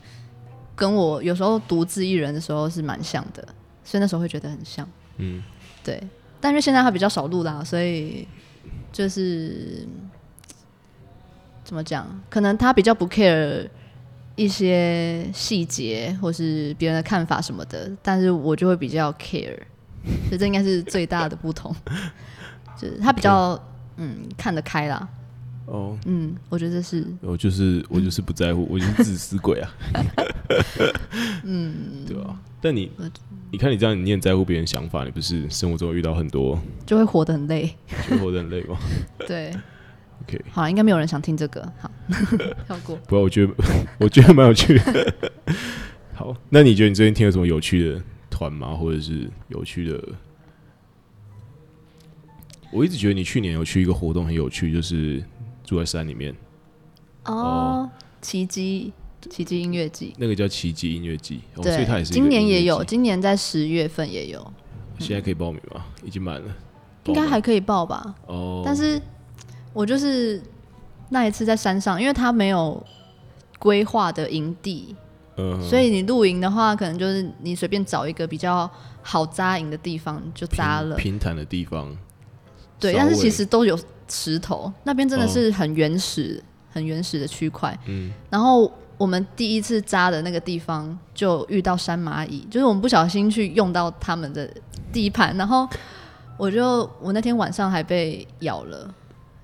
S2: 跟我有时候独自一人的时候是蛮像的，所以那时候会觉得很像。
S1: 嗯，
S2: 对，但是现在他比较少录啦，所以就是怎么讲，可能他比较不 care 一些细节或是别人的看法什么的，但是我就会比较 care，所以这应该是最大的不同， 就是他比较嗯看得开啦，
S1: 哦、
S2: 嗯，我觉得这是
S1: 我就是我就是不在乎，我就是自私鬼啊。嗯，对啊。但你
S2: 我
S1: 你看你这样，你也在乎别人想法，你不是生活中遇到很多
S2: 就会活得很累，
S1: 就活得很累吗
S2: 对，
S1: ？OK，
S2: 好，应该没有人想听这个，好， 跳过。
S1: 不过我觉得 我觉得蛮有趣的。好，那你觉得你最近听了什么有趣的团吗？或者是有趣的？我一直觉得你去年有去一个活动很有趣，就是住在山里面，
S2: 哦
S1: 哦，
S2: 奇迹，奇迹音乐季，
S1: 那个叫奇迹音乐季，哦、所以它也
S2: 对，
S1: 是一个
S2: 今年也
S1: 音乐
S2: 有，
S1: 季，
S2: 今年在十月份也有，
S1: 现在可以报名吗？已经满了，
S2: 应该
S1: 报吗
S2: 还可以报吧。
S1: 哦，
S2: 但是我就是那一次在山上，因为它没有规划的营地，
S1: 嗯，
S2: 所以你露营的话，可能就是你随便找一个比较好扎营的地方就
S1: 平
S2: 扎了。
S1: 平坦的地方。
S2: 对，
S1: 稍
S2: 但是其
S1: 微
S2: 实都有石头，那边真的
S1: 哦
S2: 是很原始、很原始的区块。
S1: 嗯，
S2: 然后我们第一次扎的那个地方就遇到山蚂蚁，就是我们不小心去用到他们的地盘，然后我就我那天晚上还被咬了。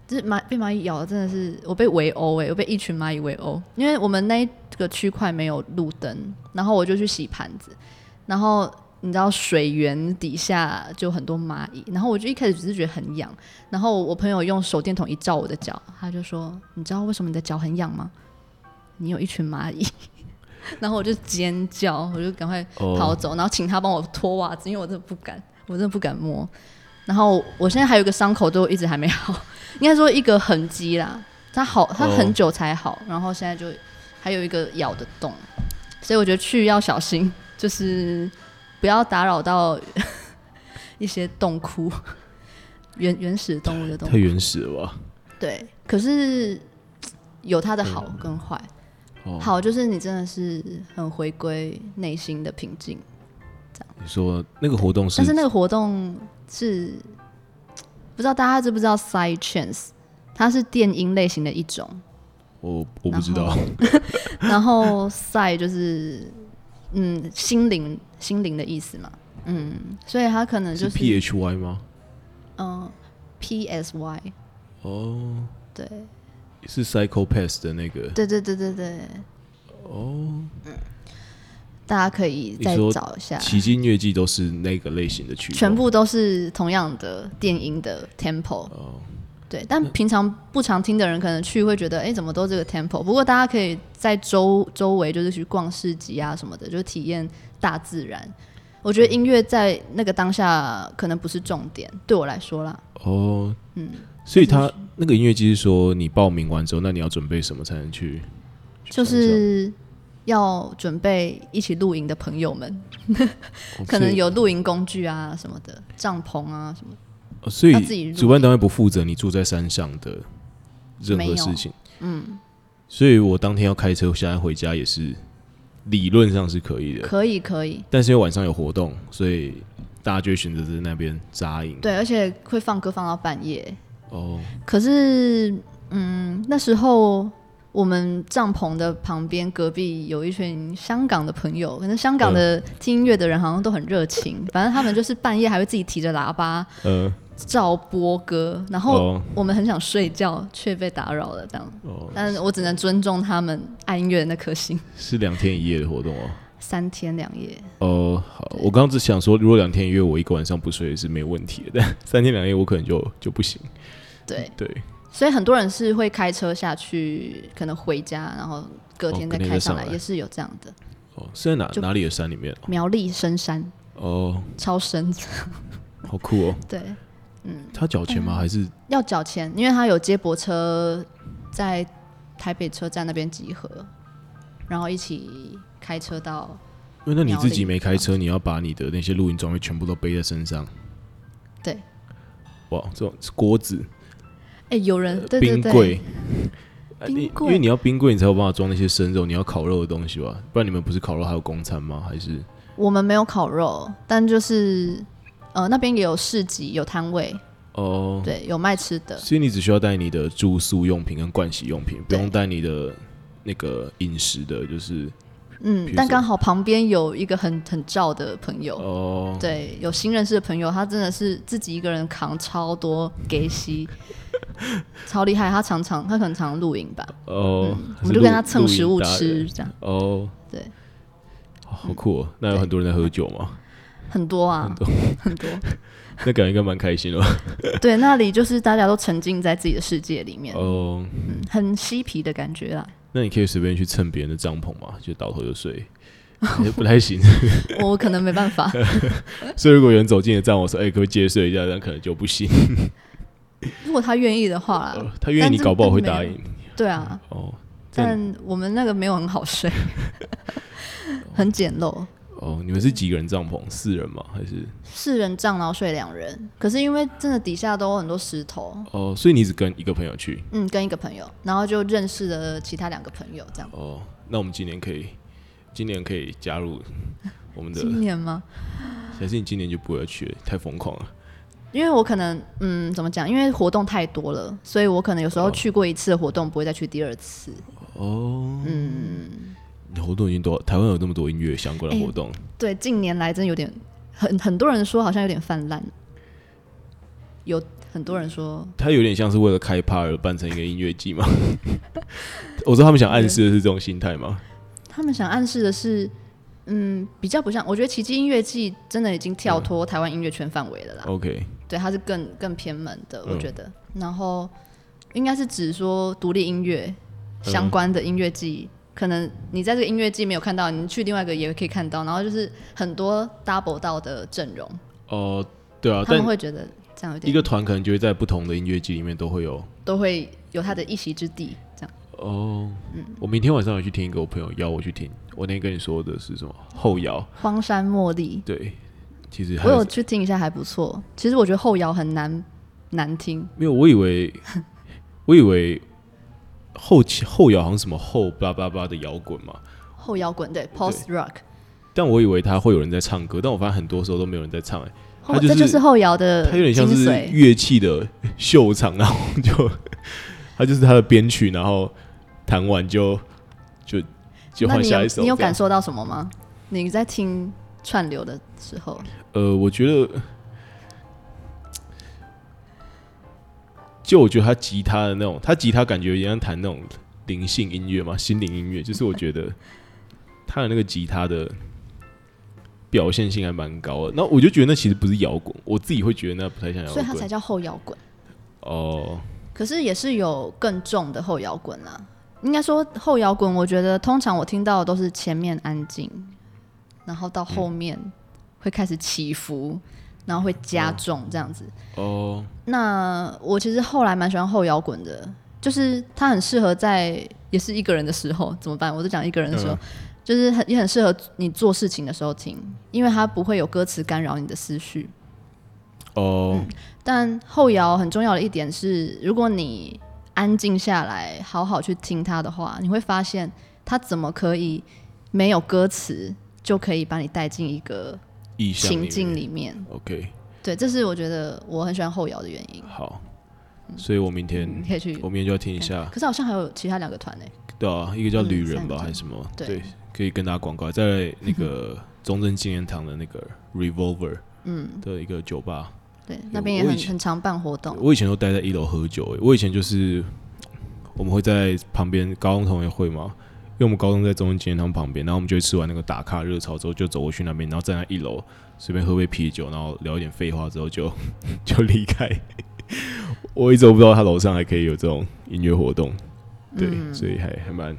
S2: 就是蚂被蚂蚁咬了，真的是我被围殴哎，我被一群蚂蚁围殴，因为我们那一个区块没有路灯，然后我就去洗盘子，然后你知道水源底下就很多蚂蚁，然后我就一开始只是觉得很痒，然后我朋友用手电筒一照我的脚，他就说：“你知道为什么你的脚很痒吗？你有一群蚂蚁。” 然后我就尖叫，我就赶快跑
S1: 哦，
S2: 走，然后请他帮我脱袜子，因为我真的不敢，我真的不敢摸。然后我现在还有一个伤口都一直还没好，应该说一个痕迹啦，它好，它
S1: 哦
S2: 很久才好，然后现在就还有一个咬的洞，所以我觉得去要小心，就是不要打扰到 一些洞窟，原原始动物的洞
S1: 太。原始了吧？
S2: 对，可是有它的好跟坏。
S1: 哦
S2: 好就是你真的是很回归内心的平静，
S1: 你说那个活动是
S2: 但是那个活动是不知道大家知不知道 Side Chance，它是电音类型的一种。
S1: 我我不知
S2: 然
S1: 道，
S2: 然 后赛就是嗯心灵心灵的意思嘛，嗯，所以他可能就是是
S1: P H Y 吗？
S2: 嗯 P S Y
S1: 哦，
S2: 对
S1: 是 Psychopath 的那个
S2: 对对对对对，
S1: 哦，
S2: 大家可以再
S1: 你说
S2: 找一下，
S1: 奇迹乐季都是那个类型的曲，
S2: 啊全部都是同样的电音的 tempo，
S1: 哦，
S2: 对，但平常不常听的人可能去会觉得，哎，怎么都这个 tempo？不过大家可以在周周围就是去逛市集啊什么的，就体验大自然。我觉得音乐在那个当下可能不是重点，对我来说啦，
S1: 哦，嗯，所以他那个音乐季是说你报名完之后，那你要准备什么才能去？
S2: 就是要准备一起露营的朋友们，
S1: 哦
S2: 可
S1: 所
S2: 能
S1: 以
S2: 有露营工具啊什么的，帐篷啊什么的。
S1: 哦所
S2: 要自己
S1: 以
S2: 录
S1: 主办单位不负责你住在山上的任
S2: 没
S1: 何
S2: 有
S1: 事情。嗯，所以我当天要开车下来回家也是理论上是可以的，
S2: 可以可以，
S1: 但是因为晚上有活动，所以大家就会选择在那边扎营。
S2: 对，而且会放歌放到半夜。
S1: 哦，
S2: 可是，嗯，那时候我们帐篷的旁边隔壁有一群香港的朋友，可能香港的听音乐的人好像都很热情， 反正他们就是半夜还会自己提着喇叭
S1: 呃，
S2: 照播歌，然后
S1: 哦，
S2: 我们很想睡觉却被打扰了这样。
S1: 哦，
S2: 但我只能尊重他们爱音乐的那颗心。
S1: 是两天一夜的活动哦。
S2: 三天两夜，
S1: 哦，好，我刚刚只想说，如果两天一夜我一个晚上不睡是没问题的，但三天两夜我可能就就不行。
S2: 对，
S1: 对，
S2: 所以很多人是会开车下去，可能回家，然后隔天
S1: 哦隔
S2: 再
S1: 天
S2: 开
S1: 再
S2: 上
S1: 上
S2: 来，
S1: 来
S2: 也是有这样的。
S1: 哦，是在哪
S2: 就
S1: 哪里的山里面？
S2: 苗栗深山
S1: 哦，
S2: 超深，
S1: 好酷哦！
S2: 对，
S1: 他缴钱
S2: 嗯
S1: 吗？还是
S2: 要缴钱，因为他有接驳车在台北车站那边集合，然后一起开车到。
S1: 因为那你
S2: 苗
S1: 自己
S2: 栗
S1: 没开车，你要把你的那些露营装备全部都背在身上。
S2: 对，
S1: 哇，这种锅子、
S2: 哎、有人对对
S1: 呃冰
S2: 对
S1: 柜，啊
S2: 冰
S1: 你
S2: 柜
S1: 因为你要冰柜，你才有办法装那些生肉，你要烤肉的东西吧？不然你们不是烤肉还有公餐吗？还是
S2: 我们没有烤肉，但就是呃那边也有市集，有摊位，
S1: 哦？
S2: 对，有卖吃的。
S1: 所以你只需要带你的住宿用品跟盥洗用品，不
S2: 对
S1: 用带你的那个饮食的，就是比
S2: 嗯
S1: 如，
S2: 但
S1: 说
S2: 刚好旁边有一个很很照的朋友，
S1: 哦，
S2: 对，有新认识的朋友，他真的是自己一个人扛超多 给息，超厉害。他常常他很常露营吧，
S1: 哦，还
S2: 嗯
S1: 是
S2: 我们就跟
S1: 露
S2: 他蹭食物
S1: 露营
S2: 吃，这样
S1: 达人哦，
S2: 对，嗯
S1: 好好酷哦！那有很多人在喝酒 吗？
S2: 很多啊，很多。
S1: 那感觉应该蛮开心的吧。
S2: 对，那里就是大家都沉浸在自己的世界里面，
S1: 哦，
S2: 嗯很嬉皮的感觉啦。
S1: 那你可以随便去蹭别人的帐篷嘛，就倒头就 睡，也不太行。
S2: 我可能没办 法，
S1: 所以如果有人走进你的帐篷说：“哎、可不可以借睡一下？”那可能就不行。
S2: 如果他愿意的话
S1: 呃
S2: 啦，
S1: 他愿意，你搞不好会答应。
S2: 对啊。
S1: 哦，但
S2: 但我们那个没有很好 睡，很简陋。
S1: 哦，你们是几个人帐篷？四人吗？还是
S2: 四人帐，然后睡两人。可是因为真的底下都有很多石头，
S1: 哦？所以你只跟一个朋友去
S2: 嗯，跟一个朋友，然后就认识了其他两个朋友，这样。
S1: 哦？那我们今年可以，今年可以加入我们的。
S2: 今年吗？
S1: 还是你今年就不会去了？太疯狂了。
S2: 因为我可能嗯，怎么讲？因为活动太多了，所以我可能有时候去过一次的活动，不会再去第二次。
S1: 哦，嗯，活动已经多，台湾有那么多音乐相关的活动，
S2: 对，近年来真有点很很多人说好像有点泛滥，有很多人说
S1: 它有点像是为了开趴而办成一个音乐季嘛。我知道他们想暗示的是这种心态嘛。
S2: 他们想暗示的是，嗯，比较不像。我觉得奇迹音乐季真的已经
S1: 嗯
S2: 跳脱台湾音乐圈范围了啦，
S1: OK，
S2: 对，它是更更偏门的，
S1: 哦嗯
S2: 我觉得。然后应该是指说独立音乐
S1: 嗯
S2: 相关的音乐季。可能你在这个音乐季没有看到，你去另外一个也可以看到，然后就是很多 double 到的阵容，
S1: 哦、对啊，
S2: 他
S1: 但
S2: 们会觉得这样有点
S1: 一个团可能就会在不同的音乐季里面都会有。
S2: 都会有他的一席之地，这样。
S1: 哦，我明天晚上有去听一个我朋友邀我去听，我那天跟你说的是什么后摇？
S2: 荒山茉莉，
S1: 对，其实还
S2: 我有
S1: 有
S2: 去听一下，还不错。其实我觉得后摇很难难听，
S1: 没有？我以为我以为后期后摇好像什么后叭叭叭的摇滚嘛，
S2: 后摇滚对 post rock，
S1: 但我以为他会有人在唱歌，但我发现很多时候都没有人在唱、欸，
S2: 后
S1: 它就是
S2: 这就是后摇的
S1: 它有点像
S2: 精
S1: 是
S2: 髓
S1: 乐器的秀场，然后就 它就是它的编曲，然后弹完就就就
S2: 那
S1: 换
S2: 你有
S1: 下一首。
S2: 你有
S1: 这样
S2: 感受到什么吗？你在听串流的时候，
S1: 呃，我觉得，就我觉得他吉他的那种，他吉他感觉有点像弹那种灵性音乐嘛，心灵音乐，就是我觉得他的那个吉他的表现性还蛮高的。那我就觉得那其实不是摇滚，我自己会觉得那不太像摇
S2: 所以它才
S1: 滚。
S2: 叫后摇滚。
S1: 哦，
S2: 可是也是有更重的后摇滚啦。应该说后摇滚，我觉得通常我听到的都是前面安静，然后到
S1: 嗯
S2: 后面会开始起伏，然后会加重这样子。
S1: 哦，
S2: 那我其实后来蛮喜欢后摇滚的，就是它很适合在也是一个人的时候怎么办？我就讲一个人的时候，
S1: 嗯
S2: 就是很也很适合你做事情的时候听，因为它不会有歌词干扰你的思绪。
S1: 哦，
S2: 嗯但后摇很重要的一点是，如果你安静下来，好好去听它的话，你会发现它怎么可以没有歌词就可以把你带进一个
S1: 意象
S2: 情
S1: 里
S2: 境
S1: 面。
S2: 里面。
S1: OK，
S2: 对，这是我觉得我很喜欢后摇的原因。
S1: 好，
S2: 嗯
S1: 所以我明天
S2: 你可以去
S1: 我明天就要听一下，
S2: 可是好像还有其他两个团呢、欸
S1: 对啊，一个叫
S2: 嗯
S1: 旅
S2: 三
S1: 人
S2: 个
S1: 吧，
S2: 字
S1: 还是什么？
S2: 对
S1: 对，可以跟大家广告，在那个中正纪念堂的那 个 Revolver，嗯，的一个酒吧。
S2: 对，那边也
S1: 我
S2: 很
S1: 以前
S2: 很常办活动。
S1: 我以前都待在一楼喝酒、欸，我以前就是我们会在旁边高中同学会嘛，因为我们高中在中正纪念堂旁边，然后我们就会吃完那个打卡热潮之后，就走过去那边，然后站在一楼随便喝杯啤酒，然后聊一点废话之后就 就离开。 我一直都不知道他楼上还可以有这种音乐活动，对，
S2: 嗯
S1: 所以还还蛮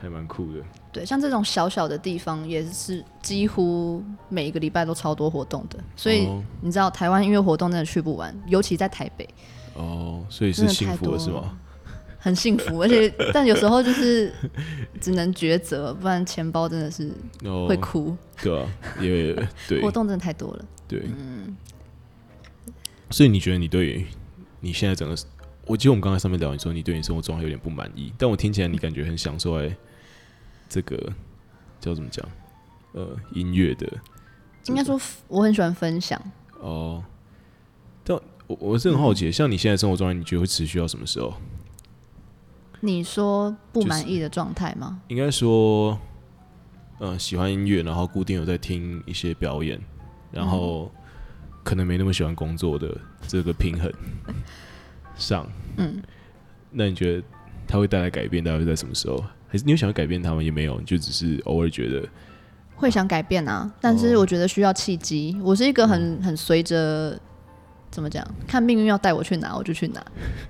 S1: 还蛮酷的。
S2: 对，像这种小小的地方，也是几乎每一个礼拜都超多活动的。所以
S1: 哦
S2: 你知道，台湾音乐活动真的去不完，尤其在台北，
S1: 哦，所以
S2: 真
S1: 是
S2: 的
S1: 幸
S2: 太
S1: 福的
S2: 多
S1: 是
S2: 了
S1: 吗？
S2: 很 幸福。而且，但有时候就是只能抉择，不然钱包真的是
S1: 哦
S2: 会，哭。
S1: 对啊， 也对
S2: 活动真的太多了。
S1: 对，
S2: 嗯
S1: 所以你觉得你对你现在整个，我记得我们刚才上面聊，你说你对你生活状态有点不满意，但我听起来你感觉很享受哎，这个叫怎么讲？呃，音乐的
S2: 应该说，我很喜欢分享。
S1: 哦，但我我是很好
S2: 嗯
S1: 奇，像你现在生活状态，你觉得会持续到什么时候？
S2: 你说不
S1: 就是
S2: 满意的状态吗？
S1: 应该说，嗯、喜欢音乐，然后固定有在听一些表演，然后
S2: 嗯
S1: 可能没那么喜欢工作的这个平 衡上，嗯，那你觉得它会带来改变？大概会在什么时候？还是你有想要改变它吗？也没有，你就只是偶尔觉得
S2: 会想改变啊，但是
S1: 哦
S2: 我觉得需要契机。我是一个
S1: 嗯
S2: 很很随着怎么讲，看命运要带我去哪我就去哪，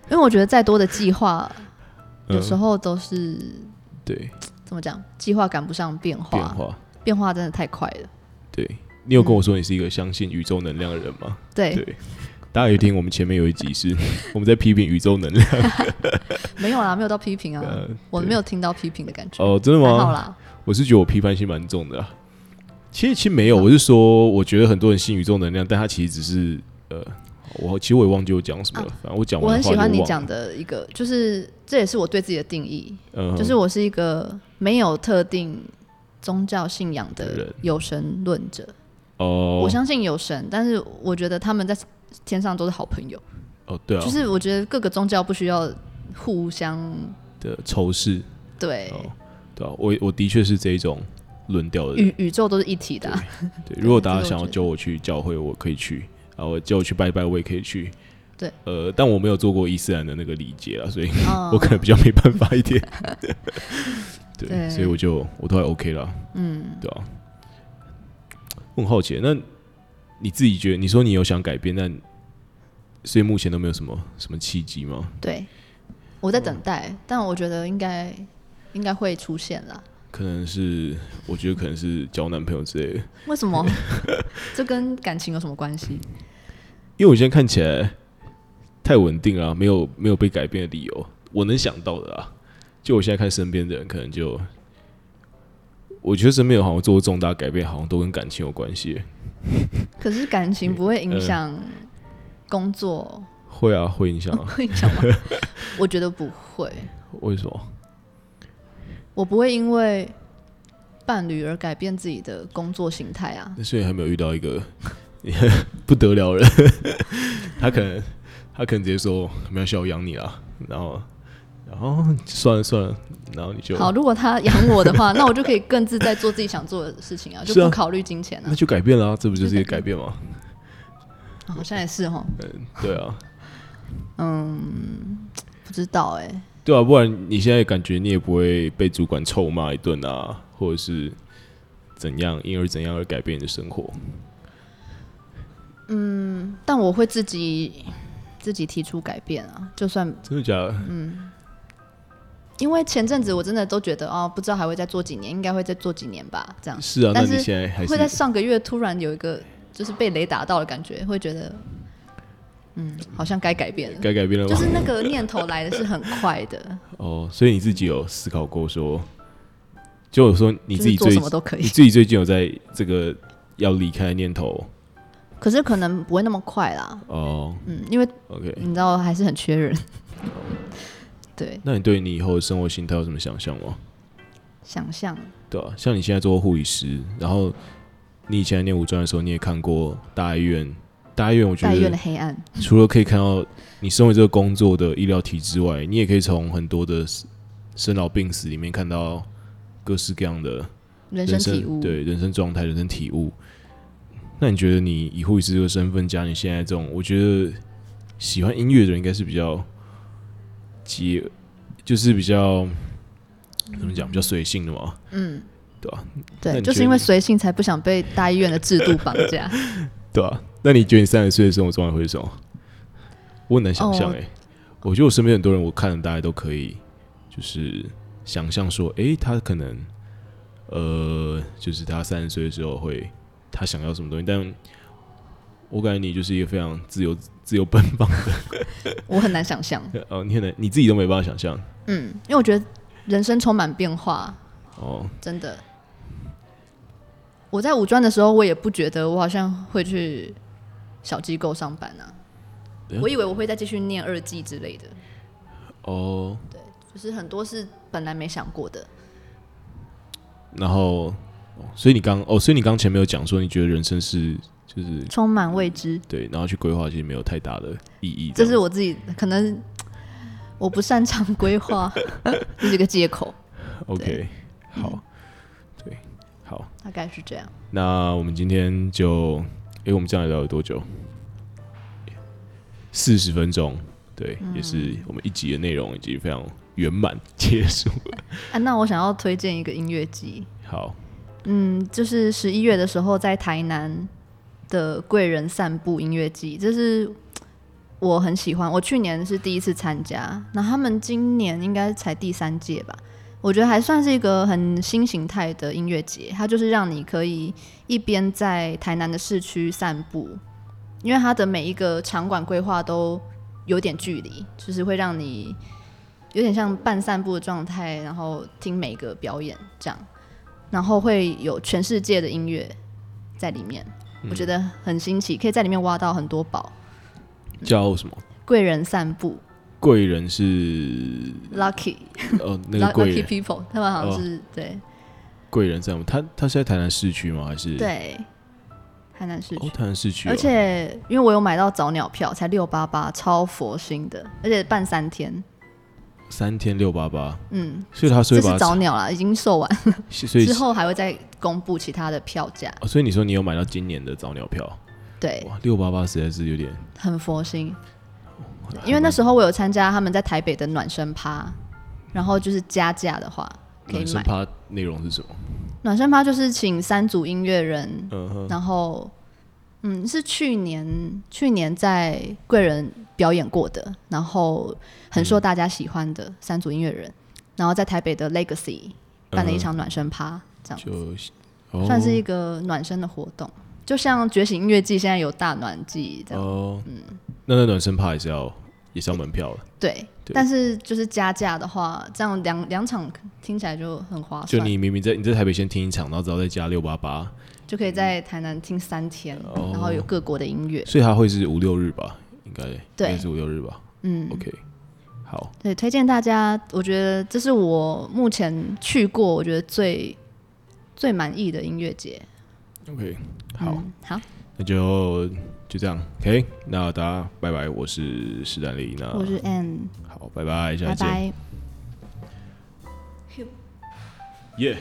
S2: 因为我觉得再多的计划，有时候都是
S1: 嗯对
S2: 怎么讲，计划赶不上变化，
S1: 变化。
S2: 变化真的太快了。
S1: 对你有跟我说你是一个相信宇宙能量的人吗？
S2: 对，
S1: 对，
S2: 嗯
S1: 大家有听我们前面有一集是 我们在批评宇宙能量，
S2: 没有啦，没有到批评啊，
S1: 呃
S2: 我
S1: 对
S2: 没有听到批评的感觉，
S1: 哦，真的
S2: 还
S1: 吗？
S2: 好啦。
S1: 我是觉得我批判性蛮重的、啊。其实其实没
S2: 嗯
S1: 有，我是说，我觉得很多人信宇宙能量，但他其实只是呃，我其实我也忘记我讲什么了，反正我讲
S2: 啊我
S1: 完
S2: 很
S1: 的话
S2: 喜欢
S1: 就
S2: 你
S1: 忘
S2: 讲
S1: 了，
S2: 的一个，就是这也是我对自己的定义，
S1: 嗯哼，
S2: 就是我是一个没有特定宗教信仰的
S1: 人
S2: 有神论者。
S1: 哦，
S2: 我相信有神，但是我觉得他们在天上都是好朋友。
S1: 哦，对啊，
S2: 就是我觉得各个宗教不需要互相
S1: 的仇视，
S2: 对、
S1: 哦，对啊，我我的确是这一种论调的人。
S2: 宇宇宙都是一体的啊、
S1: 对，如果大
S2: 嗯这
S1: 家
S2: 个
S1: 想
S2: 我
S1: 要
S2: 觉得
S1: 揪我去教会，我可以去；啊，我叫我去拜拜，我也可以去。
S2: 对，
S1: 呃，但我没有做过伊斯兰的那个礼节啊，所以
S2: 嗯
S1: 我可能比较没办法一 点。对，
S2: 对
S1: 所以我就我都还 OK 了。嗯，对啊。我很好奇，那你自己觉得，你说你有想改变，但所以目前都没有什么什么契机吗？
S2: 对，我在
S1: 嗯
S2: 等待，但我觉得应该应该会出现啦。
S1: 可能是，我觉得可能是交男朋友之类的，
S2: 为 什么？这跟感情有什么关系？
S1: 因为我现在看起来太稳定了啊、没有没有被改变的理由，我能想到的啊。就我现在看身边的人，可能就我觉得身边有好像做过重大改变，好像都跟感情有关系。
S2: 可是感情不会影响工作，
S1: 会啊，会影响 啊。
S2: 会影响吗？我觉得不会，
S1: 为什么？
S2: 我不会因为伴侣而改变自己的工作形态啊。
S1: 那所以还没有遇到一个 不得了的人， 他可能他可能直接说没关系，我养你啦。然后然后算了算了，然后你就
S2: 好，如果他养我的 话，那我就可以更自在做自己想做的事情啊，就是
S1: 啊
S2: 不考虑金钱啊
S1: 那。就改变了、啊，这不就是一个改变吗？
S2: 好哦像也是哈，
S1: 对啊，
S2: 嗯不知道哎、
S1: 对啊，不然你现在感觉你也不会被主管臭骂一顿啊，或者是怎样，因而怎样而改变你的生活。
S2: 但我会自己自己提出改变啊，就算
S1: 真的假的？
S2: 因为前阵子我真的都觉得哦，不知道还会再做几年，应该会再做几年吧，这样
S1: 是啊，那
S2: 但是
S1: 你现在还
S2: 会在
S1: 是
S2: 上个月突然有一个就是被雷打到的感觉，会觉得嗯，好像该改变了，
S1: 该改变了
S2: 就
S1: 吗？
S2: 是那个念头来的是很快的，
S1: 哦，所以你自己有思考过说，就我说 你
S2: 就
S1: 自
S2: 是
S1: 己
S2: 做
S1: 最
S2: 什么都可
S1: 你
S2: 以，
S1: 自己最近有在这个要离开的念头
S2: 可是可能不会那么快啦，
S1: 哦
S2: 嗯，因为
S1: ，OK。
S2: 你知道还是很缺人， 对，
S1: 那你对你以后的生活形态有什么想象吗？
S2: 想象
S1: 对啊，像你现在做护理师，然后你以前念五专的时候，你也看过大医院，大医院我觉
S2: 大
S1: 得
S2: 医院的欸黑暗，
S1: 除了可以看到你身为这个工作的医疗体之外，你也可以从很多的生生老病死里面看到各式各样的
S2: 人生
S1: 人
S2: 体
S1: 生
S2: 悟，
S1: 对人生状态、人生体悟。那你觉得你以护理师这个身份加你现在这种，我觉得喜欢音乐的人应该是比较接，就是比较怎么讲，比较随性的嘛，
S2: 嗯，
S1: 对吧、那
S2: 对，
S1: 你
S2: 就是
S1: 觉
S2: 因
S1: 得
S2: 为随性才不想被大医院的制度绑架。
S1: 对啊，那你觉得你三十岁的生活状态会是什么？我很难想象
S2: 哦
S1: 哎、我觉得我身边很多人，我看了大家都可以，就是想象说，诶，他可能，呃，就是他三十岁的时候会他想要什么东西，但我感觉你就是一个非常自由、自由奔放
S2: 我很难想象，
S1: 的， 哦，你很难，你自己都没办法想象
S2: 嗯，因为我觉得人生充满变化，
S1: 哦。
S2: 真的。我在五专的时候，我也不觉得我好像会去小机构上班啊，
S1: 嗯
S2: 我以为我会再继续念二技之类的，
S1: 哦，
S2: 就是很多是本来没想过的。
S1: 然后，哦所以你刚，哦，所以你刚前面有讲说，你觉得人生是就是
S2: 充满未知，
S1: 对，然后去规划其实没有太大的意义，
S2: 这
S1: 样
S2: 是我自己可能我不擅长规划， 这是一个借口，
S1: OK，好，
S2: 嗯
S1: 对，好，
S2: 大概是这样。
S1: 那我们今天就，诶、我们这样聊了多久？四十分钟，对，
S2: 嗯
S1: 也是我们一集的内容已经非常圆满 结束。
S2: 啊，那我想要推荐一个音乐季，
S1: 好，
S2: 嗯，就是十一月的时候在台南的贵人散步音乐季，这是我很喜欢。我去年是第一次参加，那他们今年应该才第三届吧。我觉得还算是一个很新形态的音乐节，它就是让你可以一边在台南的市区散步，因为它的每一个场馆规划都有点距离，就是会让你有点像半散步的状态，然后听每个表演这样。然后会有全世界的音乐在里面，
S1: 嗯
S2: 我觉得很新奇，可以在里面挖到很多宝。嗯
S1: 叫什么？
S2: 贵人散步
S1: 贵人是
S2: ，Lucky
S1: 哦，那个贵
S2: Lucky
S1: 人，哦
S2: People，他们好像是、对
S1: 贵人在我们他他是在台南市区吗？还是
S2: 对，台南市区。
S1: 哦，台南市区、哦，
S2: 而且因为我有买到早鸟票，才六八八，超佛心的，而且办三天，
S1: 三天六八八，
S2: 嗯，
S1: 所以他所以
S2: 这是
S1: 把它
S2: 早鸟啦，已经售完，
S1: 所以
S2: 之后还会再公布其他的票价。
S1: 哦所以你说你有买到今年的早鸟票，
S2: 对，
S1: 哇，六八八实在是有点，
S2: 很佛心，因为那时候我有参加他们在台北的暖身趴，然后就是加价的话可以
S1: 暖身
S2: 买。
S1: 趴内容是什么？
S2: 暖身趴就是请三组音乐人，
S1: 嗯哼，
S2: 然后嗯是去年去年在贵人表演过的，然后很受大家喜欢的三组音乐人，然后在台北的 Legacy 办了一场暖身趴，这样
S1: 就哦
S2: 算是一个暖身的活动，就像觉醒音乐季现在有大暖季这样，嗯
S1: 哦，那那暖身趴也是要也是要门票了，
S2: 对。
S1: 对
S2: 但是就是加价的话，这样两两场听起来就很划
S1: 就
S2: 哦算，
S1: 你明明在你在台北先听一场，然后之后再加六八八，
S2: 就可以在台南听三天，
S1: 哦
S2: 然后有各国的音乐。
S1: 所以它会是五六日吧？应该
S2: 对
S1: 应该是五六日吧
S2: 嗯，
S1: ？OK，好，
S2: 对，推荐大家，我觉得这是我目前去过我觉得最最满意的音乐节。
S1: ，OK，好，
S2: 嗯好，
S1: 那就就这样，OK，那大家拜拜，我是史丹利，那
S2: 我是 Ann，
S1: 好，拜拜，下
S2: 拜
S1: 次见，
S2: 拜。
S1: 耶。